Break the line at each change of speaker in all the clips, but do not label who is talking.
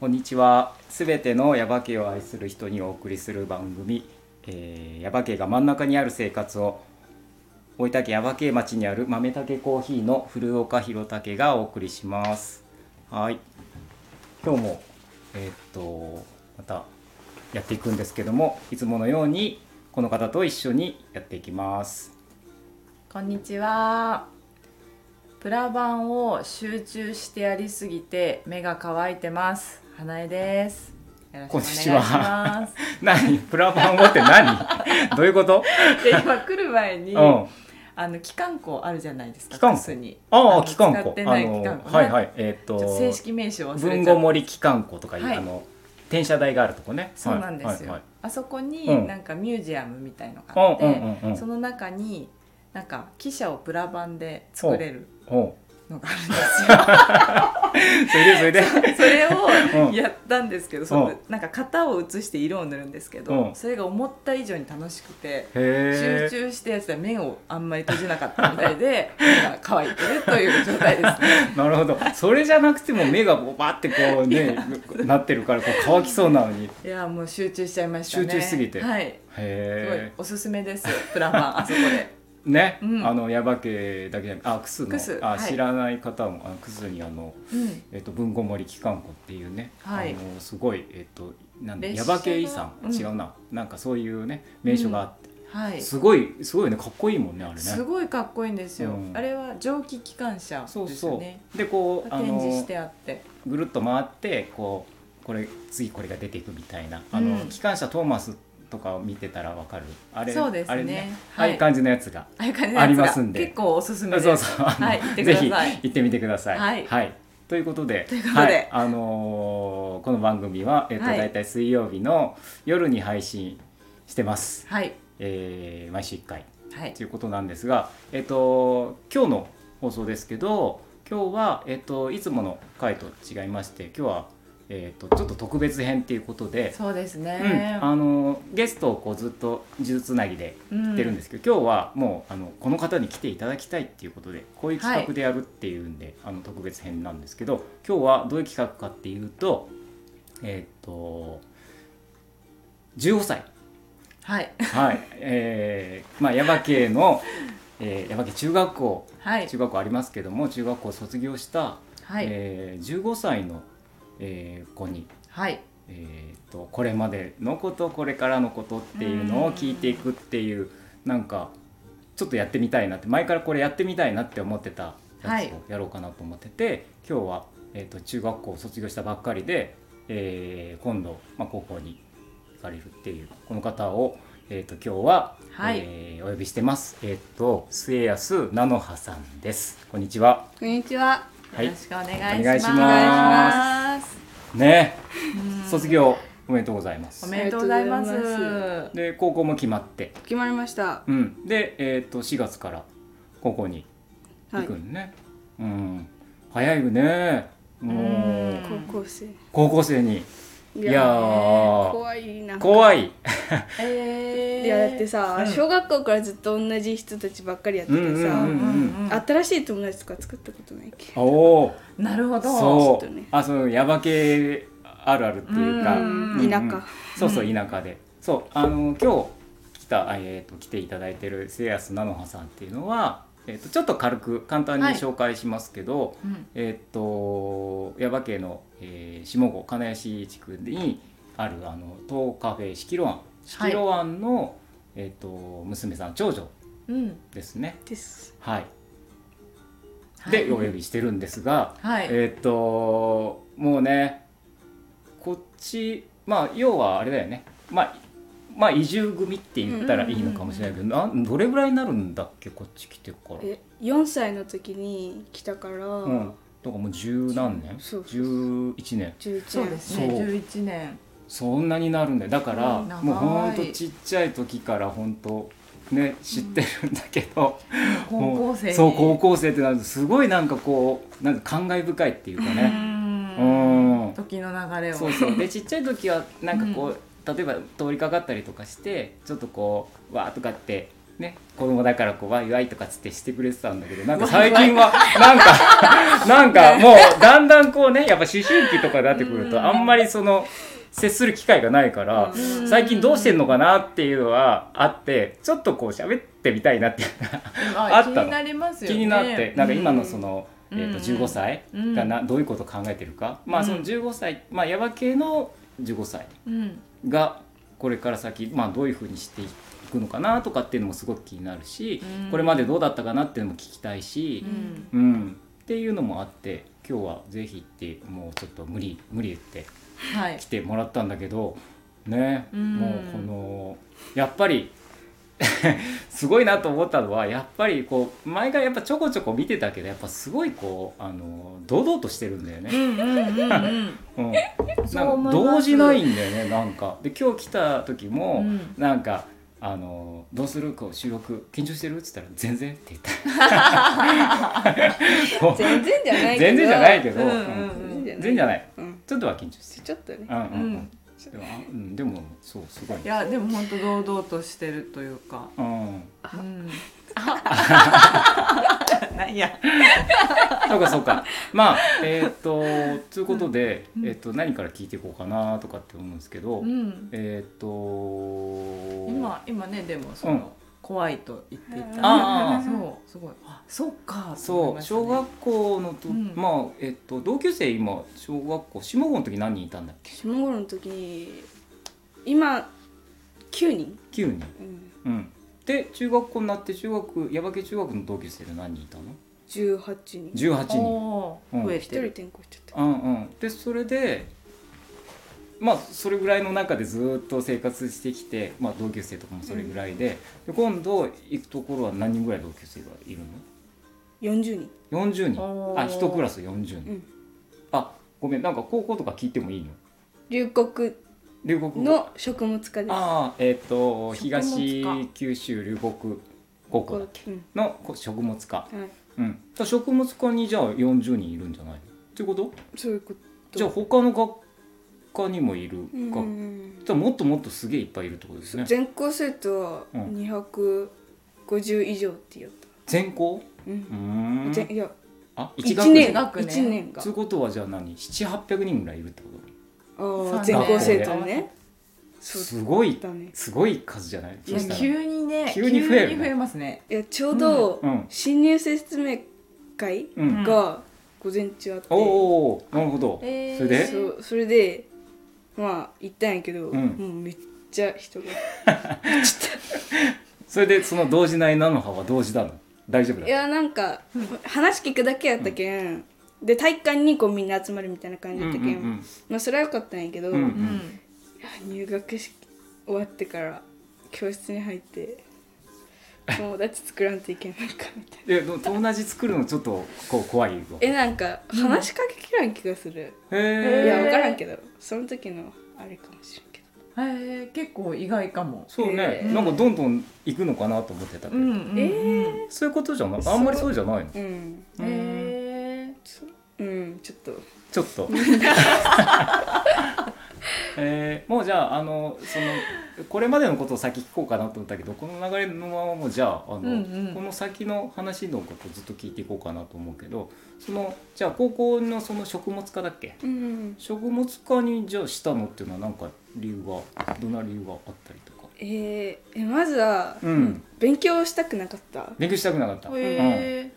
こんにちは。すべてのヤバ家を愛する人にお送りする番組、えー、ヤバ家が真ん中にある生活を大分県ヤバ家町にある豆竹コーヒーの古岡弘武がお送りします。はい。今日もえーっとまたやっていくんですけども、いつものようにこの方と一緒にやっていきます。
こんにちは。プラバンを集中してやりすぎて目が乾いてます。花江です。よろしくお願いします。
何プラバンをって何 どういうこと
で今来る前に、
うん。
あの機関庫あるじゃないですか。
機関庫
靴に
ああ、
の
機関
使
庫
っ。て
あ
ない機関
の、
庫、ね。
はいはい。えーっ
ち
と
ょっと正式名称忘れちゃった
文庫森機関庫とかいう、
はい
あの転車台があるとこね
そうなんですよ。
はい
あそこ
う
に
ん
なんかミュージアムみたいのがあ
は
っ
いはい、
て、
うんうんうん
その中になんか汽車をプラバンで作れる
うんおう
のがあるんですよ。
それでそれで
それを
うん
やったんですけど、その
うん
なんか型を写して色を塗るんですけど、
うん
それが思った以上に楽しくて集
へえ
中してやってたら目をあんまり閉じなかったみた いで目が乾いてるという状態ですね。
なるほどそれじゃなくても目がバってこう ねなってるからこう乾きそうなのにへ
いやもう集中しちゃいましたね。
集中しすぎて
はい。すごい
え
おすすめですプ ラマンあそこで。
ね、
うん
あの矢場家だけじゃなくあクスの
クス
あ、
はい
知らない方もあのクスにあの、
うん。
えっと文庫森機関庫っていうね、
はい
あのすごいえっとなんだ矢
列車が
場家遺産、
うん
違うななんかそういうね名所があって、
はい。
すごいすごいねかっこいいもんねあれね
すごいかっこいいんですよ。
うん
あれは蒸気機関車です
そ
よ
う
ね。
そう。でこうあ
展
の
示してあって。
ぐるっと回ってこうこれ次これが出ていくみたいなあの、
うん
機関車トーマスとかを見てたらわかるあれ
そうですね
あれ
はい
ああいう感じのやつが、
ああいう感じのやつが
ありますんで
結構おすすめです。
そうそう、あの
はい行ってく
ぜ
ださい
ひ行ってみてください。
はい
ということで
ということで
はいあのーこの番組は、えっと
はい
だいたい水曜日の夜に配信してます、
はい。
えー毎週1回。
はい
と。いうことなんですが、えっと、今日の放送ですけど今日は、えっと、いつもの回と違いまして今日は、えっと、ちょっと特別編っていうことで、
そうです
うん
ね。
あのゲストをこうずっと「呪術つなぎ」で
うん
やってるんですけど、今日はもうあのこの方に来ていただきたいっていうことでこういう企画でやるっていうんで、あの特別編なんですけど今日はどういう企画かっていうとえっと15歳。
はい。
はい、えー、まあ耶馬渓の、えー、耶馬渓中学校
はい。
中学校ありますけども中学校を卒業した、
はい。
えー、15歳の、えー子に、
はい。
えー、とこれまでのことこれからのことっていうのを聞いていくっていうなんかちょっとやってみたいなって前からこれやってみたいなって思ってた
は
やつ
い
をやろうかなと思ってて、今日は、えー、と中学校を卒業したばっかりで、えー今度、まあ、高校に行かれるっていうこの方を、えー、と今日は、
はい
えーお呼びしてます、えー、と末安菜の葉さんですこんにちは。
こんにちは。
はい
よろしくお願い
お願い
し
し
ます。
ますね
うん
卒業おめでとうございます
お。めでとうございます。
ありがとうござ
で高校も決まって
決まりました。
うん、で、えー、と4月から高校に行
はい
く。んね、うん早いよねもう
うん
高校生。
高校生に
い
いやー
怖いな。
怖い、
えー
いやだってさ、
うん
小学校からずっと同じ人たちばっかりやっててさ、
うんうん
うんうん
新しい友達とか作ったことないっけ。
おお
なるほど。
そ
ちょっと
う、
ね
あそうヤバ系あるあるっていうか、
うん
うん
田舎。
そうそう田舎でそうあの今日来た、あえー、と来ていただいてる末安菜の葉さんっていうのは、えー、とちょっと軽く簡単に
はい
紹介しますけど、
うん
えーっと耶馬渓の、えー下郷金谷市地区にあるあの当カフェ四季ロ庵四季ロ庵の、えーっと娘さん長女
うん。
ですね
です。
はい
はい
でお呼びしてるんですが、
はい。
えーっともうねこっちまあ要はあれだよねまあまあ移住組って言ったらいいのかもしれないけど、なんどれぐらいになるんだっけこっち来てから。
え、四歳の時に来たから、
うん、だからもう十何年
そう
11年
十一
そう
年
で。す
そ
ね。
う
十一年。
そんなになるんだよだから、
うん長い
もうほんとちっちゃい時から本当ね知ってるんだけど、
高校生に。
そう高校生ってなるとすごいなんかこうなんか感慨深いっていうか
う
ね、
ん
うん
時の流れを。
そうそうでちっちゃい時はなんかこう、例えば通りかかったりとかしてちょっとこうわーとかってね、子供だからこうワイワイとかつってしてくれてたんだけどなんか最近はなんかなんかもうだんだんこうねやっぱ思春期とかになってくる
う
と
ん
あんまりその接する機会がないから
うん
最近どうしてんのかなっていうのはあってちょっとこう喋ってみたいなっていうかあ
あ
った
気
の
になりますよね
気になってなんか今のその、
うん
えー、と15歳がなどういうことを考えてるか、まあその15歳まあヤバ系の15歳
うん
がこれから先、まあ、どういうふうにしていくのかなとかっていうのもすごく気になるし、
うん
これまでどうだったかなっていうのも聞きたいし
う、ん
うんっていうのもあって今日はぜひってもうちょっと無理無理言って
はい
来てもらったんだけどね、
うん
もうこのやっぱり すごいなと思ったのはやっぱりこう前からやっぱちょこちょこ見てたけどやっぱすごいこうあの堂々としてるんだよね。
うんうんうんうん
うん、
そう思
な
い
んか
ます
動じないんだよねなんかで今日来た時も、
うん
なんかあのどうするこう収録緊張してる?」っつったら「全然」って言ったもう
全然じゃないけど
全然じゃないけど、
うん
う
うん
ん
うん
全然じゃない
うん
ちょっとは緊張してる
ちょっとね
うんうんうん
うん
でもあうんでもそうすごい
いやでも本当堂々としてるというか
うん
うん なんや
そうかそうか まあえっ、とということで、えっと何から聞いていこうかなとかって思うんですけど、
うん
えっ、と
今今ねでもそ
うん
の怖いと言ってい
あ
た
ー
そうすごいあそっかと思い
そう
ましたね
小学校のと、
うん
まあえっと同級生今小学校下郷の時何人いたんだっけ
下頃の時に今9人、
9人
うん、
うんで中学校になって中学矢け中学の同級生で何人いたの
18人1
?18 人
お
う
ー
ん
増え
人
てる
転校しちゃった
うんうんでそれでまあそれぐらいの中でずっと生活してきて、まあ、同級生とかもそれぐらいで,、で今度行くところは何人ぐらい同級生がいる
40人
の ?40 人
おー
あ一クラス40人、
うん
あごめんなんか高校とか聞いてもいいの
留国
留国語
の食物科です
ああえっ、と
食物科
東九州流木五
こ
個だっ
う
け
うん
のこ食物科
はい、
うんじゃあ食物科にじゃあ40人いるんじゃないのってこと
そういうこと
じゃあ他の学科にもいる
うん
学、じゃあもっともっとすげえいっぱいいるってことですね
全校生徒は
うん
250以上って言った、
全校
う
うー
ん
ん
ぜいや
あ一
1
学
年
年
学年
一年が
そういうことはじゃあ何700800人ぐらいいるってこと
あー
三
全
年
校生徒ねそう
すごい
だね
すごい数じゃない
い
そ
や
したら
急にね
急に増えるね
急に増えますね
いやちょうど
うんうん
新入生説明会
うん
が午前中あって、
おーおーなるほどそ
えー
れで
そうそれでまあ行ったんやけど、
うん
もうめっちゃ人が
それでその動じない菜の葉は動じたの大丈夫だっ
い
た
やなんか話聞くだけやったけん、で体育館にこうみんな集まるみたいな感じだったけん、
うんうんうん
まあそれはよかったんやけど、
うん
う
い
ん
や入学式終わってから教室に入って友達作らんといけないかみたいな
えと同じ作るのちょっとこう怖いわ
えなんか話しかけきらん気がする、
へえ
いや
えー
分からんけどその時のあれかもしれんけど
えー結構意外かも
そうね、
えー
なんかどんどん行くのかなと思ってたけど、
うんうんうん
え
そういうことじゃないあんまりそうじゃないの
うん
うん
え
そうんちょっと
ちょっとえーもうじゃああのそのこれまでのことを先聞こうかなと思ったけどこの流れのままもうじゃああの、
うんうん
この先の話のことをずっと聞いていこうかなと思うけどそのじゃあ高校のその食物科だっけ
うん
食物科にじゃあしたのっていうのは何か理由がどんな理由があったりとか
えーえまずは、
うん
勉強したくなかった
勉強したくなかった、
ーえ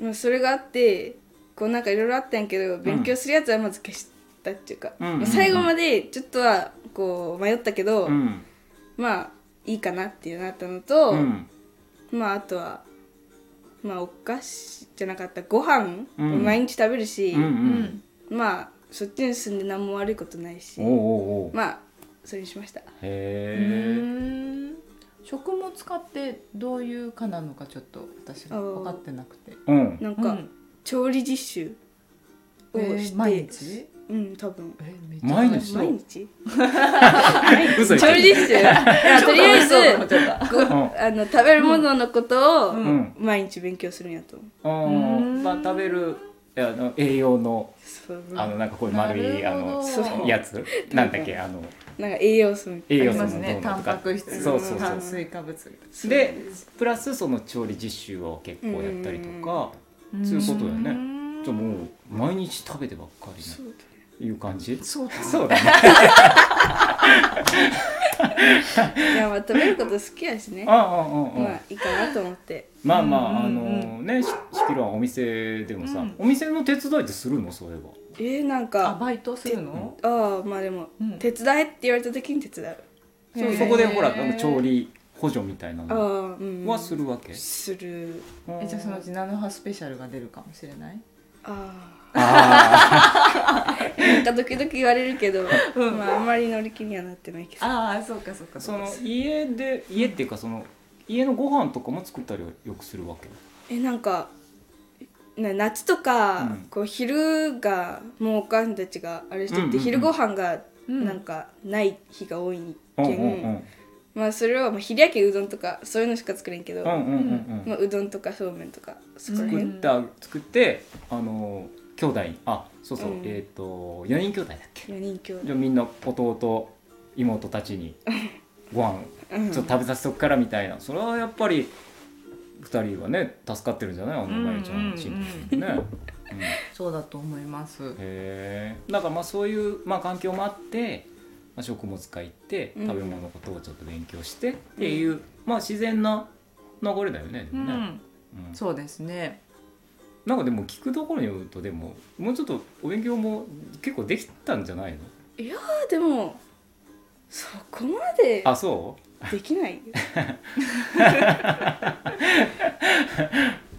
まあ、それがあってこうなんかいろいろあったんやけど勉強するやつはまず消したっていうか、
うんうんうん
まあ最後までちょっとはこう迷ったけど、
うん
まあいいかなっていうなったのと、
うん
まああとはまあお菓子じゃなかったご飯を
うん
毎日食べるし、
うんう
ーうん
ん
まあそっちに住んで何も悪いことないし
おうおうおう
まあそれにしました
う
へえ
ーん食物科ってどういう科なのかちょっと私が分かってなくて
うん
なんか、
うん
調理実習を
えー
して、
毎日
うん多分
えーめっちゃ
毎日
毎 日
嘘
調理
言って
実習 いやとりあえずご
ん
あの食べるもののことを
うん
毎日勉強するんやと思う、
あ
う
ー
ん
まあ食べるあの栄養の
そう
あのなんかこういう丸いあ
なるほ
の
ど
そう
やつなんだっけあの
なんか栄養素みたい
栄養
あ
な
素
りま
の
す
どう
ね
のと
タン
か
パク質
そうそうそう
炭水化物
でプラスその調理実習を結構やったりとかそういうことだよね
ね
じゃあもう毎日食べてばっかり
そうだね
ないう感じ
そうだ
そうだね
いやまあ食べること好きやしね
あ
ま
あああ あ
あ
あ
いいかなと思って
まあまああ
うんう
の
んうん
ねししきるはお店でもさ
うん
お店の手伝いってするのそういえば
えー、なん
あ
か
バイトするの
ああまあでも、
うん
手伝えって言われた時に手伝う
そう
へー
そこでほらなんか調理補助みたいな
あ
の
あうん
はするわけ
する
えじゃあそのうち菜の葉スペシャルが出るかもしれない
あ
あ
あなんか時々言われるけど、
うん
まああんまり乗り気にはなってないけど
ああそうかそうか
あその家で家っていうかその家のご飯とかも作ったりはよくするわけ
えなんかな夏とか、
うん
こう昼がもうお母さんたちがあれしてて、
うんうんうん
昼ご飯が
うん
なんかない日が多いけ
うん
ん、
うんうん
まあそれはまあ昼焼けうどんとかそういうのしか作れんけど、
うんうんうんうん
まあ、うどんとかそうめんとかそこら
作
辺、
った作ってあの兄弟あそうそう、
うん
えっ、と4人兄弟だっけ
4人
じ
兄弟
ゃあみんな弟妹たちにご飯
うん
ちょっと食べさせとくからみたいなそれはやっぱり2人はね助かってるんじゃないあのまゆちゃんのチームね、うんへ
そうだと思います
えだからまあそういう、まあ、環境もあって、まあ、食物科行って
うん
食べ物のことをちょっと勉強してっていう、まあ自然な流れだよねで
う
もね、
ん
うん
そうですね
なんかでも聞くところによるとでももうちょっとお勉強も結構できたんじゃないの
まあでもそこまで
あそう
できないよ、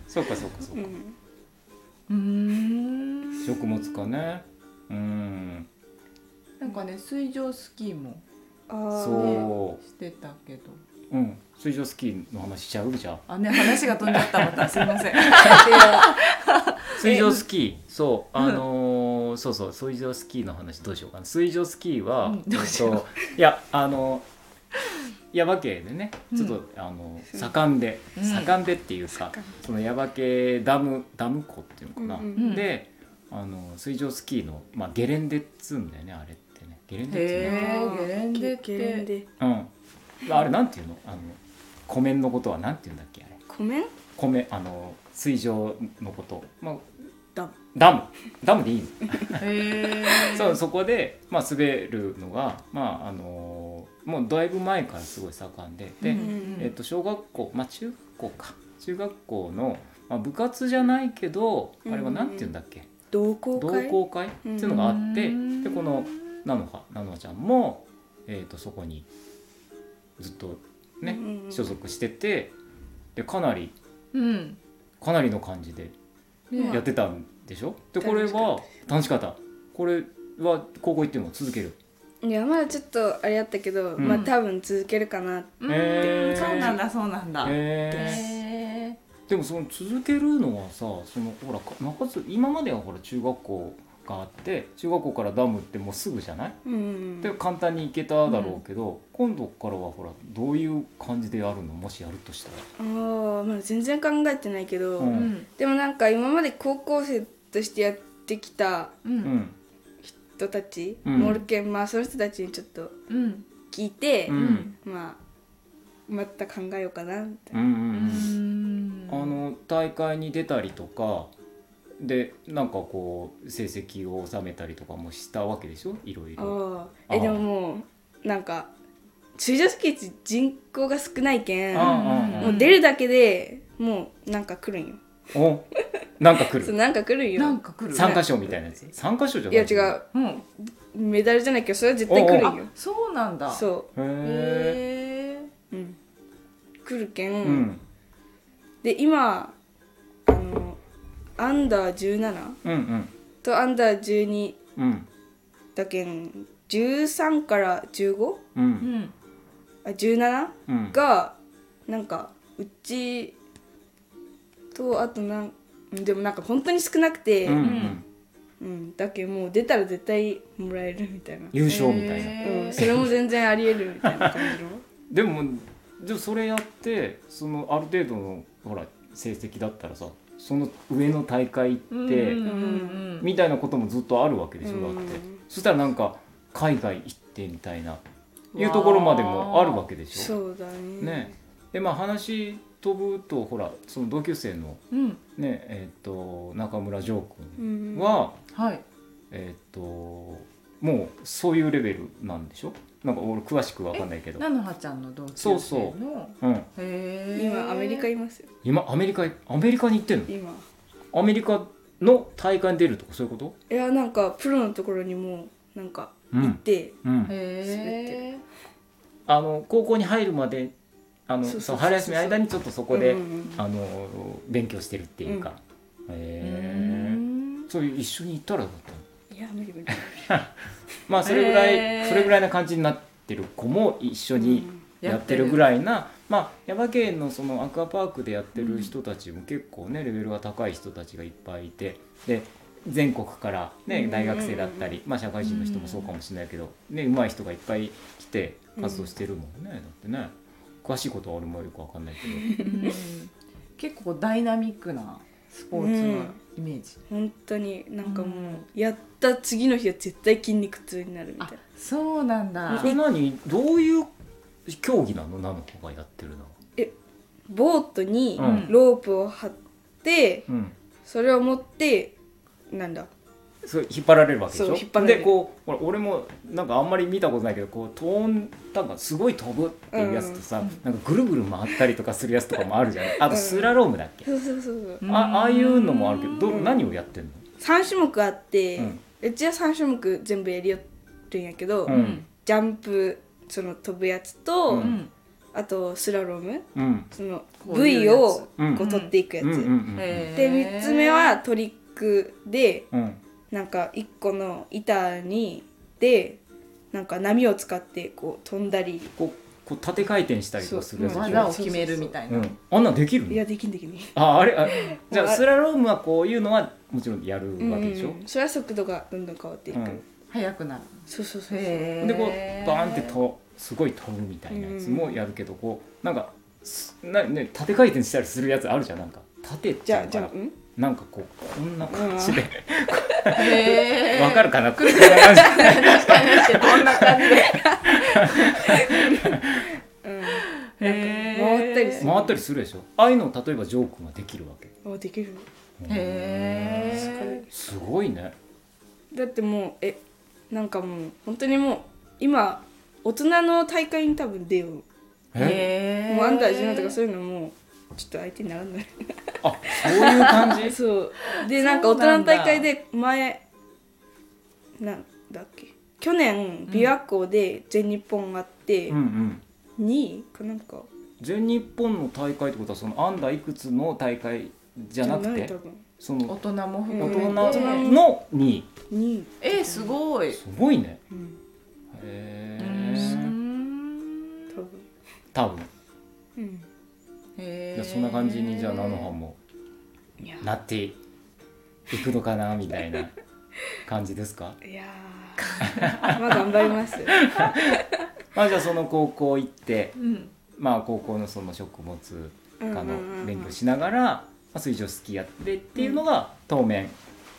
そうかそうかそう
う
か、
ん、
うーん
食物かねうん
なんかね水上スキーも
あー
そ
してたけど
ううん水上スキーの話しちゃうじゃあ
あね話が飛んじゃったまたすい ません
いや
水上スキーそうあのーそうそう水上スキーの話どうしようかな水上スキーは、
うんどうしよう
えっといやあの耶馬渓でねちょっと、
う
あの盛んで、
うん
盛んでっていうか、
盛ん
その耶馬渓ダムダム湖っていうのかな、
うんうん
うん
であの水上スキーの、まあ、ゲレンデっつうんだよねあれってねゲレンデっつう
へーゲレンデって
ゲレンデ
の、うん、あれなんていうのあの湖面のことはなんていうんだっけあれ
米
米あの水上のこと、まあ、
ダム
ダムダムでいいの
へえ
そうそこで、まあ、滑るのが、まああのもうだいぶ前からすごい盛んでで、
うん
えっと、小学校、まあ、中学校か中学校の、まあ、部活じゃないけどあれはなんていうんだっけ、
同好
同
会
好会っていうのがあって、
うん
でこの菜の葉菜の葉ちゃんも、えー、とそこにずっとね、
うんうん
所属しててでかなり
うん
かなりの感じで
ね
やってたんでしょ、でこれは楽しかったこれは高校行っても続ける
いやまだちょっとあれやったけど、
うん
まあ多分続けるかな
うん
へー
そうなんだそうなんだへ
へえ
え
でもその続けるのはさそのほらか中津今まではほら中学校があって中学校からダムってもうすぐじゃない
うん
で簡単に行けただろうけど、今度からはほらどういう感じでやるのもしやるとしたら。
あーまあ全然考えてないけど、
うん
うん
でもなんか今まで高校生としてやってきた
う
うんん
人たち、
うん
モルケンまあその人たちにちょっと
うん
聞いて、
うん
まあまた考えようかなみたい
うんう
な、
うんん
うん、あの大会に出たりとかでなんかこう成績を収めたりとかもしたわけでしょいろいろ。
あー
あ
え
ー
でももうなんか水上スケート人口が少ないけん
あ
も
ー
う出るだけでもうなんか来るんよ
おなんか来
そう
る
なんか来るんよ
なんか来る
参加賞みたいなやつ参加賞じゃ
い
ない
や違う
うん
メダルじゃないけどそれは絶対来るん
あ
よ
そうなんだ
そ
へえ
へ
う、うん、来るけん、
うん
で今あのアンダー17
うんうん
とアンダー12
うん
だけん13から15
う
えうんん
あ17
うん
がなんかうちとあとなんでもなんか本当に少なくて、
うんうん
うんだけんもう出たら絶対もらえるみたいな、
優勝みたいな。
へー
うん、それも全然ありえるみたいな感 じの
でもでもそれやってそのある程度のほら成績だったらさその上の大会行って、
うんうんうん、
みたいなこともずっとあるわけでしょ、
うん
だってそしたらなんか海外行ってみたいないうところまでもあるわけでしょ
そうだね
ねでまあ話飛ぶとほらその同級生の
うん、
ねえっ、と中村ジョー
う
君
ん、
は、
はい
えっ、ともうそういうレベルなんでしょなんか俺詳しくわかんないけど
菜の葉ちゃんの同級生
そ
の
うそううん
へえ
今アメリカいますよ
今アメリカアメリカに行ってんの
今
アメリカの大会に出るとかそういうこと
いやなんかプロのところにもなんか
う
行っ
ん、
て、
うん、
へえ
あの高校に入るまであの
そうそう
そう春休みの間にちょっとそこで、
うんうんうん
あの勉強してるっていうか、へ
う
え
ん
そういう一緒に行ったらよかったの
いや無理無理
まあそれぐらい、
へー
それぐらいな感じになってる子も一緒にやってるぐらいな、まあ耶馬渓のそのアクアパークでやってる人たちも結構ねレベルが高い人たちがいっぱいいてで全国から、
うんうん
ね、
うん
大学生だったり、まあ、社会人の人もそうかもしれないけど、ね、上手い人がいっぱい来て活動してるもんね、だってね詳しいことは俺もよくわかんないけど。
うん結構ダイナミックなスポーツのイメージ、
本当になんかもう、
うん
やった次の日は絶対筋肉痛になるみたい
あそうなんだ
それ何どういう競技なのなの子がやってるのは
なボートに
うん
ロープを張って、
うん
それを持ってなんだ
それ引っ張られるわけでし
そ
ょ
う引っ張られる
でこうほら俺もなんかあんまり見たことないけどこう飛んなんかすごい飛ぶっていうやつとさ、
うん
なんかぐるぐる回ったりとかするやつとかもあるじゃないあと
うん
スラロームだっけ、
そうそうそうそう
うん
あああいうのもあるけどど
うん
何をやってんの、
3種目あって、
う
うんちは3種目全部やりよるんやけど、
う
うんん
ジャンプその飛ぶやつ
う
と、
うん
あとスラローム
うん
その
こういう
V
やつ
を
うん
こう取っていくやつ、
うんうんうん
へー
で3つ目はトリックで
うん
なんか1個の板にでなんか波を使ってこう飛んだり
こうこう縦回転したりとかするやつでし
技
ょ
を決めるみたいな、
うん、あんなんできる
い
の
やできんできんね
ああれあじゃあ
あ
スラロームはこういうのはもちろんやるわけでしょ、
うんうんそれは速度がどんどん変わっていく、
うん
早くなる
そうそうそうそう
へー
でこうバーンってとすごい飛ぶみたいなやつもやるけど、こうなんかすな、ね、縦回転したりするやつあるじゃんなんか縦って
じ
いう
ゃあ
の
じ
かな
ゃあうん
なんかこうこんな感じで
へー
わかるかなこんな感じ
確かに確かにこんな感じで
うん
へー
回ったりする
回ったりするでしょああいうのを例えばジョー君はできるわけ
あできる
へー
すごいね
だってもうえなんかもう本当にもう今大人の大会に多分出よう、
え
へー
もうアンダー17とかそういうのもちょっと相手にならない
あそういう感 じ
そうで
そう
な
なんん
か
だ
大人の大会で前なんだっけ去年琵琶湖で全日本あって
うんうん
2位かなんか
全日本の大会ってことはそのアンダーいくつの大会じゃなく
じ
て
多分
そ
大
の
人も
大
含めて、
人
大人
の2位
2位
えー、すごい
すごいね
うん
へ
う
え
ん
多分
多分
うん
へ
い
ー
やそんな感じにじゃあ菜の葉も
いや
なっていくのかなみたい な感じですか
いやー まあ頑張ります
まあじゃあその高校行って
うん
まあ高校のその食物科の勉強しながら、まあ、水上スキーやってっていうのが当面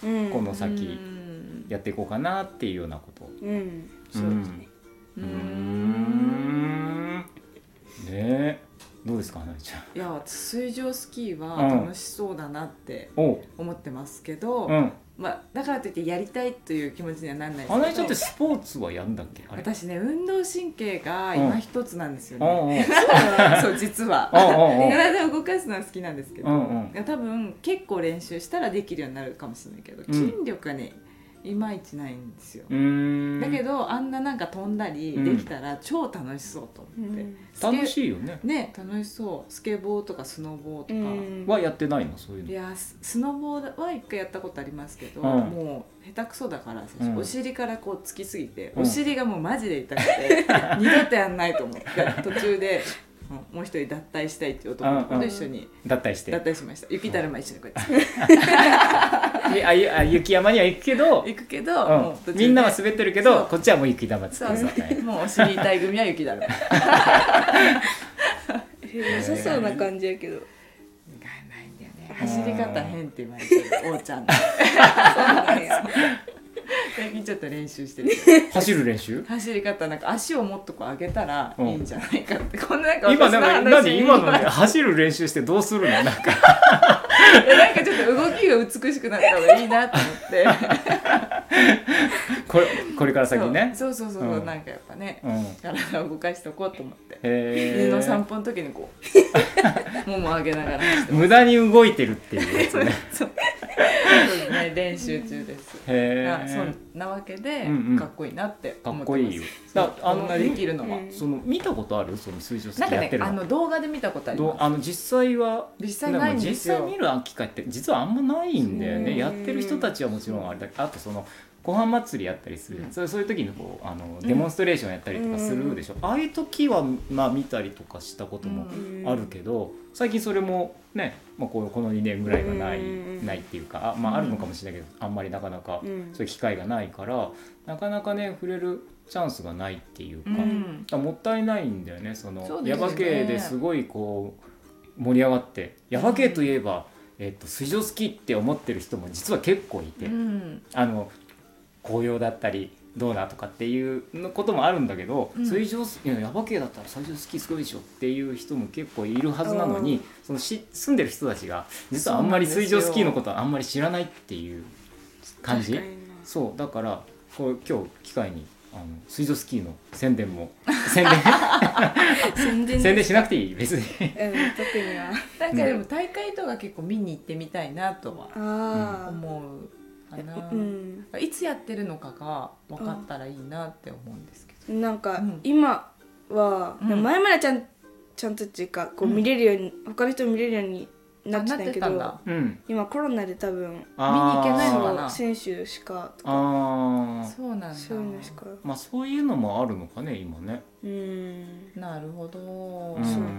うん
この先
うん
やっていこうかなっていうようなこと。
うんそうですね
う
うーん
ん
ねえどうですか花江ちゃん。
いや水上スキーは
うん
楽しそうだなって
おう、
思ってますけど、
うん、
まあ、だからといってやりたいという気持ちにはならないですけど
花江ちゃんってスポーツはやんだっけあれ
私ね運動神経が今一つなんですよ
う
ね、
んうん
そう実は
うんうんうん
体を動かすのは好きなんですけど、
うんうん
多分結構練習したらできるようになるかもしれないけど
うん
筋力がねいまいちないんですよ、
うーん
だけどあんななんか飛んだり
うん
できたら超楽しそうと思って、
うん
スケ
楽しいよね。
ね楽しそうスケボーとかスノボーと
う
か、
ん
はやってないのそういうの
い。やススノボーは一回やったことありますけど、
うん
もう下手くそだから、最初
うん
お尻からこうつきすぎて、
うん
お尻がもうマジで痛く て二度とやんないと思って途中でうんもう一人脱退したいっていう男の子と一緒に
だったりして
脱退しました雪だるま一緒にこうやって
いあゆあ雪山には行くけど、
行くけど、
うん
もう途中で
みんなは滑ってるけ
そ
ど
う
こっちはもう雪玉つ
そう
くみた
そ
いう
もうお尻痛い組は雪だ るま
え良さそうな感じやけど
いかないんだよね走り方変って言われてるおーちゃんって
なんや
最近ちょっと練習してる
走る練習
走り方なんか足をもっとこう上げたらい
うん
いんじゃないかって、こんななんか
今
私の
なん
話
か何今のね
なんか
走る練習してどうするのなんか
なんかちょっと動きが美しくなった方がいいなと思って
これこれから 先ね
そうそうそうそう、
うん
なんかやっぱね
うん
体を動かしておこうと思って犬
へ
の散
ー
歩の時にこ うもも上げながら走ってま
無駄に動いてるっていうやつね
すそうですね練習中です
へ
なそ
え
んなわけで、
うんうん
かっこいいなって
かっ
思って
こ
ます
いいよ
そう
だあ
あ
の
んなできるのは、
うん
その見たことあるその水上スキ
なんか
ーやって
ね
る
あ
の
の動画で見たことあり
どう
ます
あの実際は
実際ないんですよ
も実際見る機会って実はあんまないんだよ
う
ね
ん
やってる人たちはもちろんあれだけどあとそのご飯祭りやったりする、
うん
そうそういう時のこうあの
ん
デモンストレーションやったりとかするでしょ、ああいう時はまあ見たりとかしたことも あるけど、最近それもね、まあ、こうこの2年ぐらいはない、
うん
ないっていうかあ,、まあ、あるのかもしれないけどあんまりなかなか
うん
そういう機会がないからなかなかね触れるチャンスがないっていうか。
うん
だからもったいないんだよねその
そうで
耶
すね
馬渓ですごいこう盛り上がって耶馬渓といえば、えっと水上スキーって思ってる人も実は結構いて、
うん
あの紅葉だったりどうだとかっていうのこともあるんだけど、
うん
水上スいや耶馬渓だったら水上スキーすごいでしょっていう人も結構いるはずなの
う
に
ん
そのし住んでる人たちが実はあんまり水上スキーのことはあんまり知らないっていう感じ
確かにな
そうだからこう今日機会にあの水上スキーの宣伝も宣伝
宣伝
宣伝しなくていい別に
うん特には
なんかでも大会とか結構見に行ってみたいなとは
ああ
思うかな、
うん
いつやってるのかが分かったらいいなって思うんですけど、
なんか
うん
今は、
うん
前までちゃんちゃんとっていうかこう
うん
見れるように、他の人も見れるようになってたんやけ
あ
ど
うん
今コロナで多分
あー
見に行けないのかな
選手しかとか
あー
そうなんだ
そういうのしか
まあそういうのもあるのかね今ね
うん
なるほど、
うん
そうだね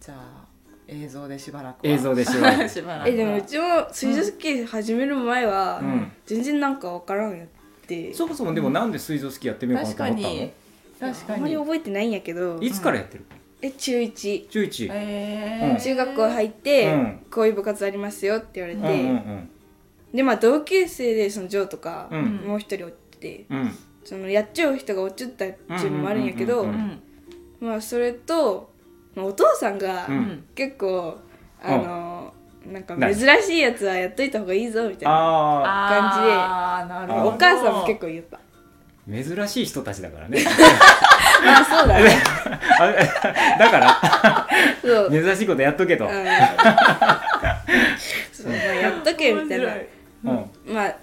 じゃあ映像でしばらくは
映像でしばらく
しばらくは
えでもうちも水上スキー始める前は、
うん
全然なんか分からんやって
そもそもでもなんで水上スキーやってみようかな
確
と
か
思った
に
の
確か
あんまり
に
覚えてないんやけど
いつからやってる
え中1
中1
え
うん
ー、
中学校入
っ
って、
うん
こういう部活ありますよって言われ
う
て、
んうん
でまあ同級生でそのジョーとか、
うんうん
もう一人おって
うん
そのやっちゃう人が落ちったっていうのもあるんやけど、
うんうん
う
うん
まあそれと、まあ、お父さんが
う
うんん
結構、あのなんか
何
珍しいやつはやっといた方がいいぞみたいな
あ
あーなるほど
お母さんも結構言っ た
あ珍しい人たちだからね
まあそうだね
あれだから
そう、うん、
珍しいことやっとけと
そうまあやっとけみたいな
面
うんうん
まあ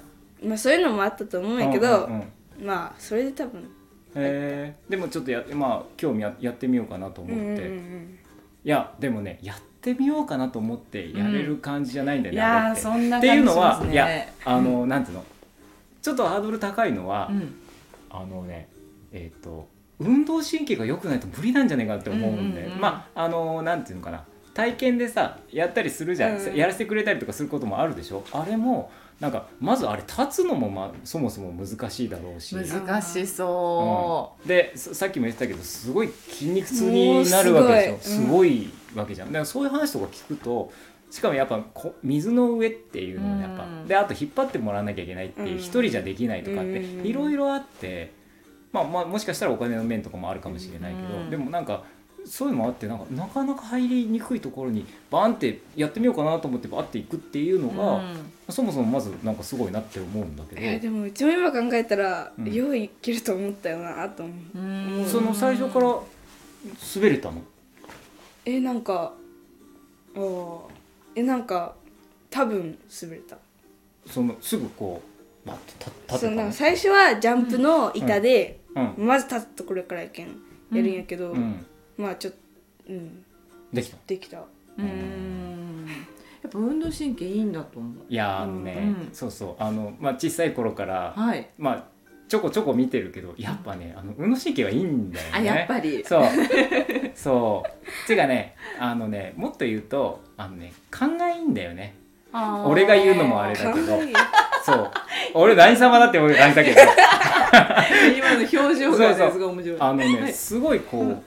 まあそういうのもあったと思うんやけど、
うんうん
まあそれで多分
へーでもちょっとやまあ興味あやってみようかなと思
うんう
っ
んう
て
ん
いやでもねやってみようかなと思ってやれる感じじゃないんだ
白
よね、
いいや
あれ
ー
って。
そんな
っていう
感じし
の
ま
は
す、ね
いやあの、なんていうのちょっとハードル高いのは、
うん
あのねえっ、と運動神経が良くないと無理なんじゃないかなって思うんで、
うんうんうん
まああのなんていうのかな体験でさやったりするじゃん、
うん
やらせてくれたりとかすることもあるでしょあれもなんかまずあれ立つのも、まあ、そもそも難しいだろうし
難しそ
でささっきも言ってたけどすごい筋肉痛になるわけでし
も
ょ
う
す
す
ご,、
ご
いわけじゃんだからそういう話とか聞くとしかもやっぱこ水の上っていうのはやっぱ、
うん
であと引っ張ってもらわなきゃいけないっていう
うん
一人じゃできないとかって
うん
いろいろあって、まあ、まあもしかしたらお金の面とかもあるかもしれないけど、
うん
でもなんかそういうのもあってなんかなかなか入りにくいところにバーンってやってみようかなと思ってバーっていくっていうの
う、
が、
うん
そもそもまずなんかすごいなって思うんだけど。
いやでもうちも今考えたら、
うん
よういけると思ったよなと思う
うん
その最初から滑れたの
えなんかあーえなんか多分滑れた
そのすぐこうバッと立
そ
て
う
た
なん
の
か最初はジャンプの板で、
うん、
まず立つところからやけんやるんやけど、
うん、
まあちょっとうん
できた
できた
うんやっぱ運動神経いいんだと思う
いやーあのね、
うん
そうそうあの、まあ、小さい頃から、
はい
まあ、ちょこちょこ見てるけどやっぱねあの運動神経はいいんだよね
あやっぱり
そうそうてかねあのねもっと言うとあのね勘がいいんだよね
あー
俺が言うのもあれだけど
可愛い
そう俺何様だって俺感じた けど
今の表情が
そう
ね
そう
すごい面白い
あのねすごいこう、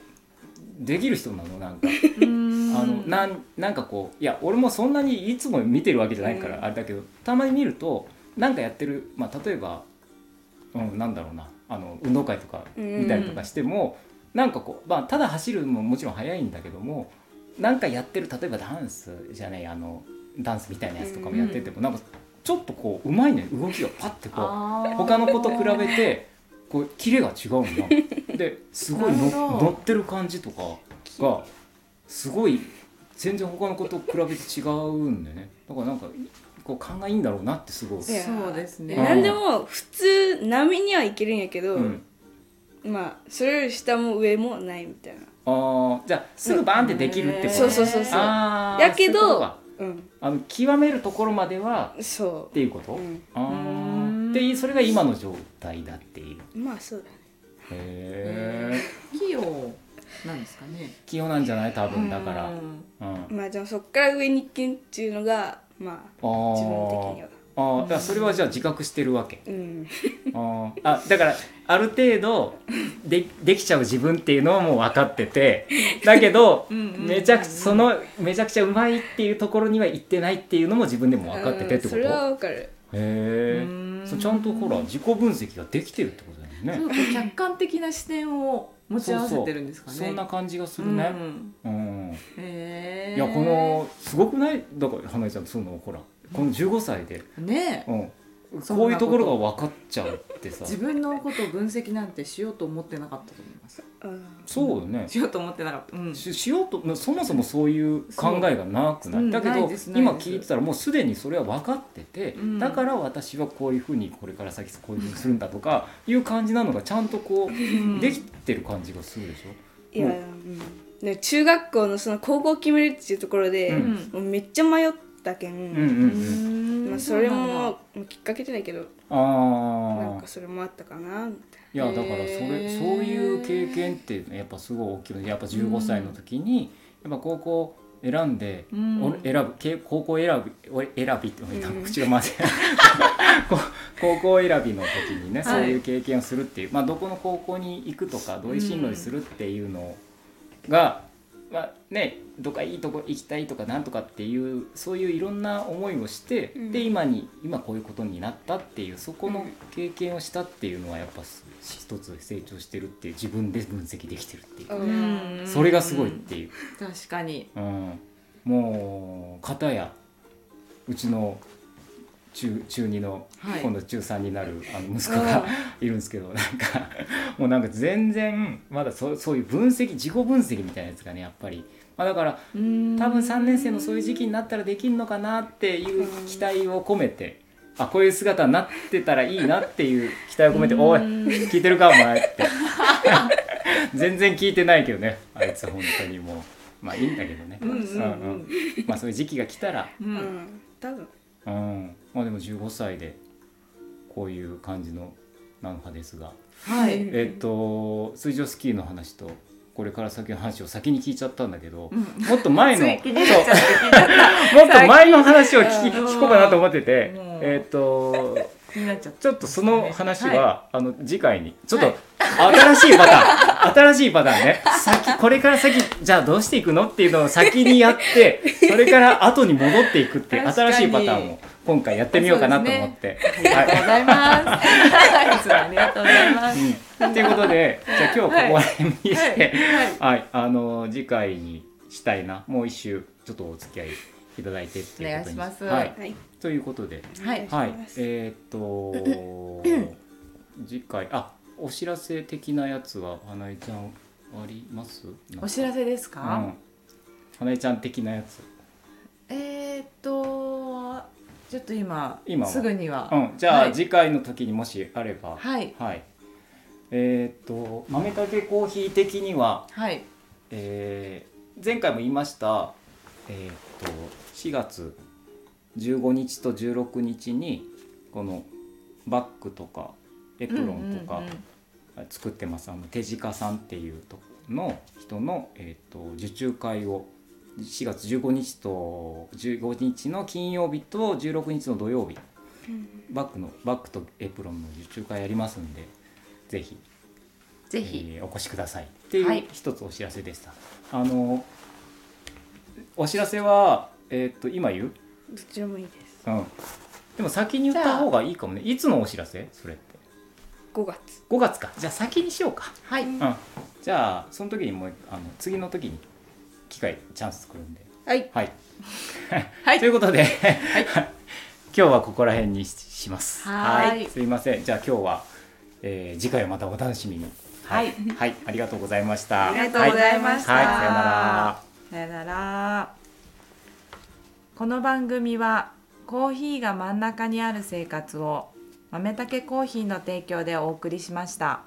できる人なのなんか
うーん
あのなんなんかこういや俺もそんなにいつも見てるわけじゃないから、
うん
あれだけどたまに見るとなんかやってる、まあ、例えば、うん、なんだろうなあの運動会とか見たりとかしても、なんかこう、まあ、ただ走るのももちろん速いんだけどもなんかやってる例えばダンスじゃないあのダンスみたいなやつとかもやってても、なんかちょっとこううまいね動きがパッてこう。他の子と比べてこうキレが違う なですごいの
なるほど
乗ってる感じとかがすごい全然他の子と比べて違うんだよねだからなんかこう勘がいいんだろうなってすごい、
いや
そうですね
何でも普通波にはいけるんやけど、
うん、
まあそれより下も上もないみたいな
ああじゃあすぐバーンってできるってこと、
そうそうそうそう
あー
やけど
そういうことか
うん
あの極めるところまでは
そ
っていうこと、
う、うん、
あ
う
ー
ん
でそれが今の状態だっていう
まあそうだね
へえ
器用なんですかね
器用なんじゃない多分だから、う
うんん
あ
まあでもそっから上に行けんっていうのがまあ
ー
自分的には
あーだからそれはじゃあ自覚してるわけ
うん
あーあだからある程度でできちゃう自分っていうのはもう分かっててだけど
うんうんうんうん
めちゃくちゃそのめちゃくちゃうまいっていうところには行ってないっていうのも自分でも分かっててってこと
うんそれ
へ
はわかる
えそうちゃんとほら自己分析ができてるってことだよ
そう
ね
こう客観的な視点を持ち合わせてるんですかね
そんな感じがする
う
ね
ん
うん
へー
いやこのすごくないだから花江ちゃんそのほらこの15歳で
ねえ
うん
そんなこと
こういうところが分かっちゃうってさ
自分のことを分析なんてしようと思ってなかったと思います
うん
そうよね
しようと思ってなかったうん
ししようとそもそもそういう考えがなくない
そう
だけ
うんな
ど
いですない
今
です
聞いてたらもうすでにそれは分かってて、
うん
だから私はこういうふうにこれから先こういうふうにするんだと かいう感じなのがちゃんとこうできてる感じがするでしょ。
いや、
う
うんで中学校のその高校を決めるっていうところで、
う
うん
もうめっちゃ迷ったけん、
うんうんうん、
ん
まあ、それ
うなんだ
ももうきっかけじゃないけどなん
ああ
かそれもあったかなみたい
いやだからそれ
へー
そういう経験ってやっぱすごい大きいのでやっぱ15歳の時に、やっぱ高校選んで、
うん
俺選ぶけ高校選び俺選びって、
うん
口が回せないこ高校選びの時にね
は
そう
い
いう経験をするっていう、まあ、どこの高校に行くとかどういう進路にするっていうのが、まあね、どっかいいとこ行きたいとかなんとかっていうそういういろんな思いをして、
うん
で今に今こういうことになったっていうそこの経験をしたっていうのはやっぱす一つ成長してるっていう自分で分析できてるっていう
な、
うん
それがすごいっていう。
確かに
うん、もう片やうちの中中2の、
はい
今度中3になるあの息子 がいるんですけどなんかもうなんか全然まだそそういう分析自己分析みたいなやつがねやっぱり、まあ、だから
多分
多分3年生のそういう時期になったらできるのかなっていう期待を込めて。あこういう姿になってたらいいなっていう期待を込めて「おい聞いてるかお前」って 全然聞いてないけどねあいつは本当にもうまあいいんだけどね、
うんうんう
うん
ん
まあそういう時期が来たら、
う
うん
ん
多分
うん、まあでも15歳でこういう感じのなんかですが、
はい
うん
えっと水上スキーの話とこれから先の話を先に聞いちゃったんだけど、
うん
もっと前の
つ
そうも
い気になっちゃって気になっ
っと前の話を聞き
うん
聞こうかなと思ってて
うん、
えっと
気になっちゃった
ちょっとその話は、
は
あの次回にちょっ
は
と
い
新しいパターン、新しいパターンね先これから先じゃあどうしていくのっていうのを先にや ってそれから後に戻っていくっていう
確かに
新しいパターンを今回やってみようかなと思って。
ありがとうございますいつもありがとうございます
と、うん、っていうことでじゃあ今日ここら辺にして、
は
は
いはい
い、あの次回にしたいなもう一周ちょっとお付き合いいただいてっていうことに
お願いします
はい、
はい
ということで
はい
お願
はい
し
い
ます
えー、っと次回あお知らせ的なやつは花江ちゃんあります
お知ら
せ
せです
う
か、
ん、花江ちゃん的なやつ
えー、っとちょっと今
今は
すぐには、
うんじゃあ、
はい
次回の時にもしあれば
はい
はい、えー、っと豆たけコーヒー的には
はい
えー前回も言いました、えーっと4月15日と16日にこのバッグとかエプロンと
う
か
んうんうん
作ってます、あの手近さんっていうとの人の、えーっと受注会を4月15日と15日の金曜日と16日の土曜日
うん
バッグのバッグとエプロンの受注会やりますんでぜひ
ぜひ、
えーお越しくださいってい
は
う
い
一つお知らせでした、あのお知らせは、えーっと今言う、
どっちでもいいです
うん、でも先に言った方がいいかもねいつのお知らせそれって
5月
5月かじゃあ先にしようか、
はい
うん、じゃあその時にもうあの次の時に機会チャンス作るんで
はい
はい、
はい
ということで、 今日はここら辺にしします
はい
すいませんじゃあ今日は、えー次回をまたお楽しみに
はい
はい、ありがとうございました
ありがとうございました
はいはい、さよなら
さよならこの番組はコーヒーが真ん中にある生活を豆たけコーヒーの提供でお送りしました。